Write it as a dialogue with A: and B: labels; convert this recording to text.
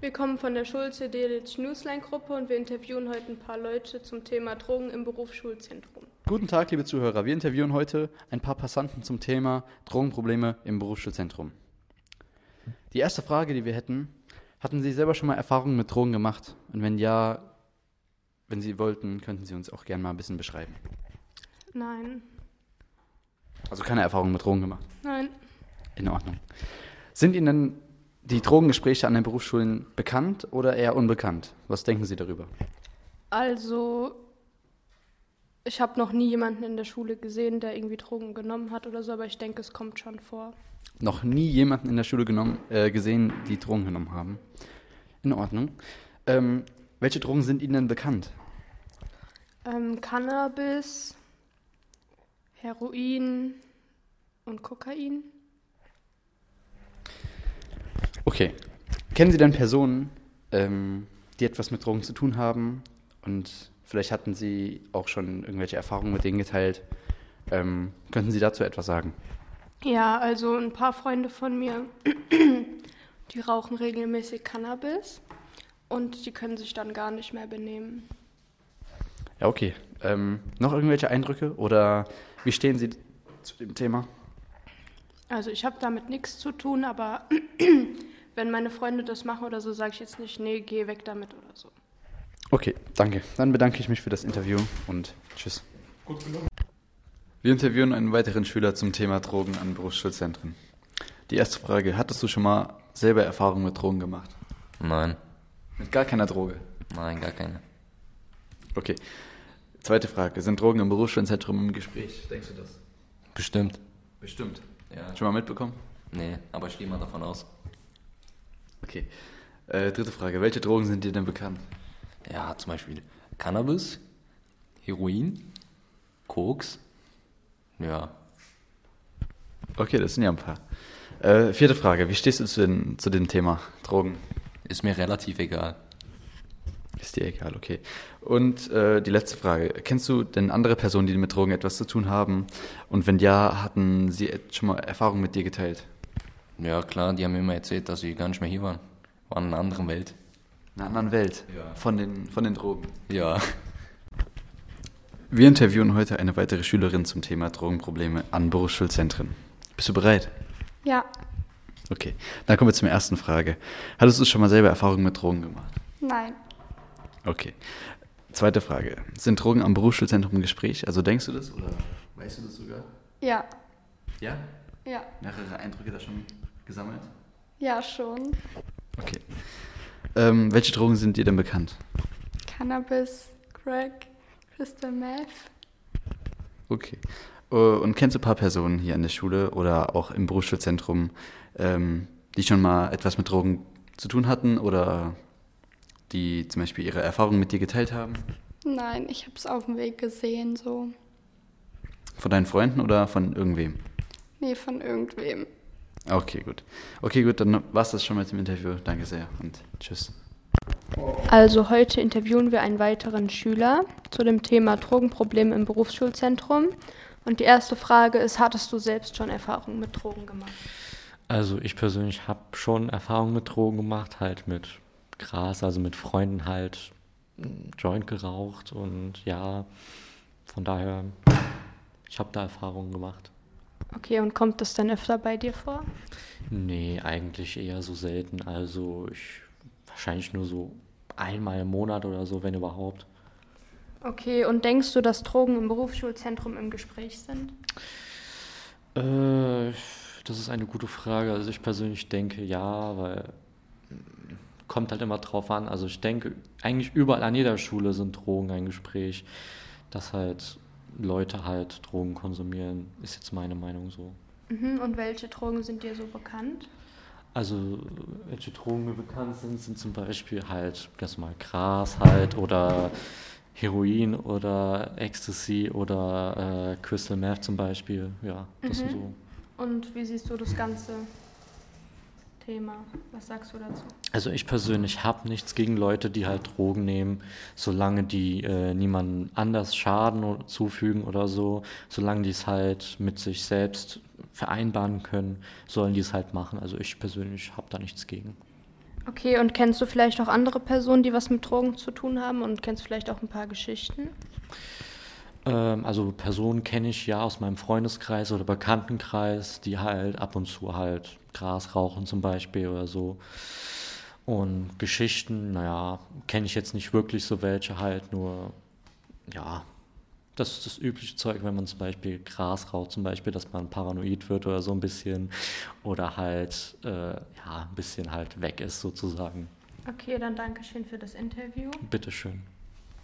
A: Wir kommen von der Schulze-Delitzsch-Newsline-Gruppe und wir interviewen heute ein paar Leute zum Thema Drogen im Berufsschulzentrum.
B: Guten Tag, liebe Zuhörer. Wir interviewen heute ein paar Passanten zum Thema Drogenprobleme im Berufsschulzentrum. Die erste Frage, die wir hätten, hatten Sie selber schon mal Erfahrungen mit Drogen gemacht? Und wenn ja, wenn Sie wollten, könnten Sie uns auch gerne mal ein bisschen beschreiben.
A: Nein,
B: Also keine Erfahrungen mit Drogen gemacht.
A: nein,
B: In Ordnung. Sind Ihnen denn die Drogengespräche an den Berufsschulen bekannt oder eher unbekannt? Was denken Sie darüber?
A: also ich habe noch nie jemanden in der Schule gesehen, der irgendwie Drogen genommen hat oder so, aber ich denke, es kommt schon vor.
B: Noch nie jemanden in der Schule genommen, äh, gesehen, die Drogen genommen haben. In Ordnung. Ähm, welche Drogen sind Ihnen denn bekannt?
A: Ähm, Cannabis, Heroin und Kokain.
B: Okay. Kennen Sie denn Personen, ähm, die etwas mit Drogen zu tun haben und vielleicht hatten Sie auch schon irgendwelche Erfahrungen mit denen geteilt? Ähm, könnten Sie dazu etwas sagen?
A: Ja, also ein paar Freunde von mir, die rauchen regelmäßig Cannabis und die können sich dann gar nicht mehr benehmen.
B: Ja, okay. Ähm, noch irgendwelche Eindrücke oder wie stehen Sie zu dem Thema?
A: Also ich habe damit nichts zu tun, aber wenn meine Freunde das machen oder so, sage ich jetzt nicht, nee, geh weg damit oder so.
B: Okay, danke. Dann bedanke ich mich für das Interview und tschüss. Wir interviewen einen weiteren Schüler zum Thema Drogen an Berufsschulzentren. Die erste Frage, hattest du schon mal selber Erfahrungen mit Drogen gemacht?
C: Nein,
B: Mit gar keiner Droge?
C: nein, gar keine.
B: Okay. Zweite Frage, sind Drogen im Berufsschulzentrum im Gespräch? Denkst du das?
C: Bestimmt.
B: Bestimmt.
C: Ja.
B: Schon mal mitbekommen?
C: Nee, aber ich gehe mal davon aus.
B: Okay. Äh, dritte Frage, welche Drogen sind dir denn bekannt?
C: Ja, zum Beispiel Cannabis, Heroin, Koks. Ja,
B: Okay, das sind ja ein paar. Äh, vierte Frage, wie stehst du zu, den, zu dem Thema Drogen?
C: ist mir relativ egal.
B: Ist dir egal, okay. Und äh, die letzte Frage. Kennst du denn andere Personen, die mit Drogen etwas zu tun haben? Und wenn ja, hatten sie et- schon mal Erfahrungen mit dir geteilt?
C: Ja, klar, die haben mir immer erzählt, dass sie gar nicht mehr hier waren. Waren in einer anderen Welt.
B: In einer anderen Welt?
C: Ja.
B: Von den, von den Drogen?
C: Ja.
B: Wir interviewen heute eine weitere Schülerin zum Thema Drogenprobleme an Berufsschulzentren. Bist du bereit?
A: Ja,
B: Okay, dann kommen wir zur ersten Frage. Hattest du schon mal selber Erfahrungen mit Drogen gemacht?
A: nein,
B: Okay. Zweite Frage. Sind Drogen am Berufsschulzentrum im Gespräch? Also denkst du das oder weißt du das sogar?
D: Ja,
B: Ja?
D: ja,
B: Mehrere Eindrücke da schon gesammelt?
D: ja schon.
B: Okay. Ähm, welche Drogen sind dir denn bekannt?
D: Cannabis, Crack, Crystal Meth.
B: Okay. Äh, Und kennst du ein paar Personen hier an der Schule oder auch im Berufsschulzentrum, ähm, die schon mal etwas mit Drogen zu tun hatten oder die zum Beispiel ihre Erfahrungen mit dir geteilt haben?
D: Nein, ich hab's auf dem Weg gesehen, so.
B: Von deinen Freunden oder von irgendwem?
D: Nee, von irgendwem.
B: Okay, gut. Okay, gut, dann war es das schon mit dem Interview. Danke sehr und tschüss.
A: Also heute interviewen wir einen weiteren Schüler zu dem Thema Drogenprobleme im Berufsschulzentrum. Und die erste Frage ist, hattest du selbst schon Erfahrungen mit Drogen gemacht?
E: Also ich persönlich habe schon Erfahrungen mit Drogen gemacht, halt mit Gras, also mit Freunden halt einen Joint geraucht und ja, von daher, ich habe da Erfahrungen gemacht.
A: Okay, und kommt das dann öfter bei dir vor?
E: Nee, eigentlich eher so selten, also ich wahrscheinlich nur so einmal im Monat oder so, wenn überhaupt.
A: Okay, und denkst du, dass Drogen im Berufsschulzentrum im Gespräch sind?
E: Äh, das ist eine gute Frage. Also ich persönlich denke ja, weil mm, kommt halt immer drauf an. Also ich denke, eigentlich überall an jeder Schule sind Drogen ein Gespräch, dass halt Leute halt Drogen konsumieren, ist jetzt meine Meinung so.
A: Mhm, und welche Drogen sind dir so bekannt?
E: Also welche Drogen mir bekannt sind, sind zum Beispiel halt ganz normal Gras halt oder Heroin oder Ecstasy oder äh, Crystal Meth zum Beispiel. Ja, das sind
A: Mhm.
E: so.
A: Und wie siehst du das ganze Thema? Was sagst du dazu?
E: Also ich persönlich habe nichts gegen Leute, die halt Drogen nehmen, solange die äh, niemandem anders Schaden o- zufügen oder so, solange die es halt mit sich selbst vereinbaren können, sollen die es halt machen. Also ich persönlich habe da nichts gegen.
A: Okay, und kennst du vielleicht auch andere Personen, die was mit Drogen zu tun haben und kennst vielleicht auch ein paar Geschichten?
E: Ähm, also Personen kenne ich ja aus meinem Freundeskreis oder Bekanntenkreis, die halt ab und zu halt Gras rauchen zum Beispiel oder so. Und Geschichten, naja, kenne ich jetzt nicht wirklich so welche halt, nur ja, das ist das übliche Zeug, wenn man zum Beispiel Gras raucht, zum Beispiel, dass man paranoid wird oder so ein bisschen oder halt, äh, ja, ein bisschen halt weg ist sozusagen.
A: Okay, dann danke schön für das Interview.
E: Bitteschön.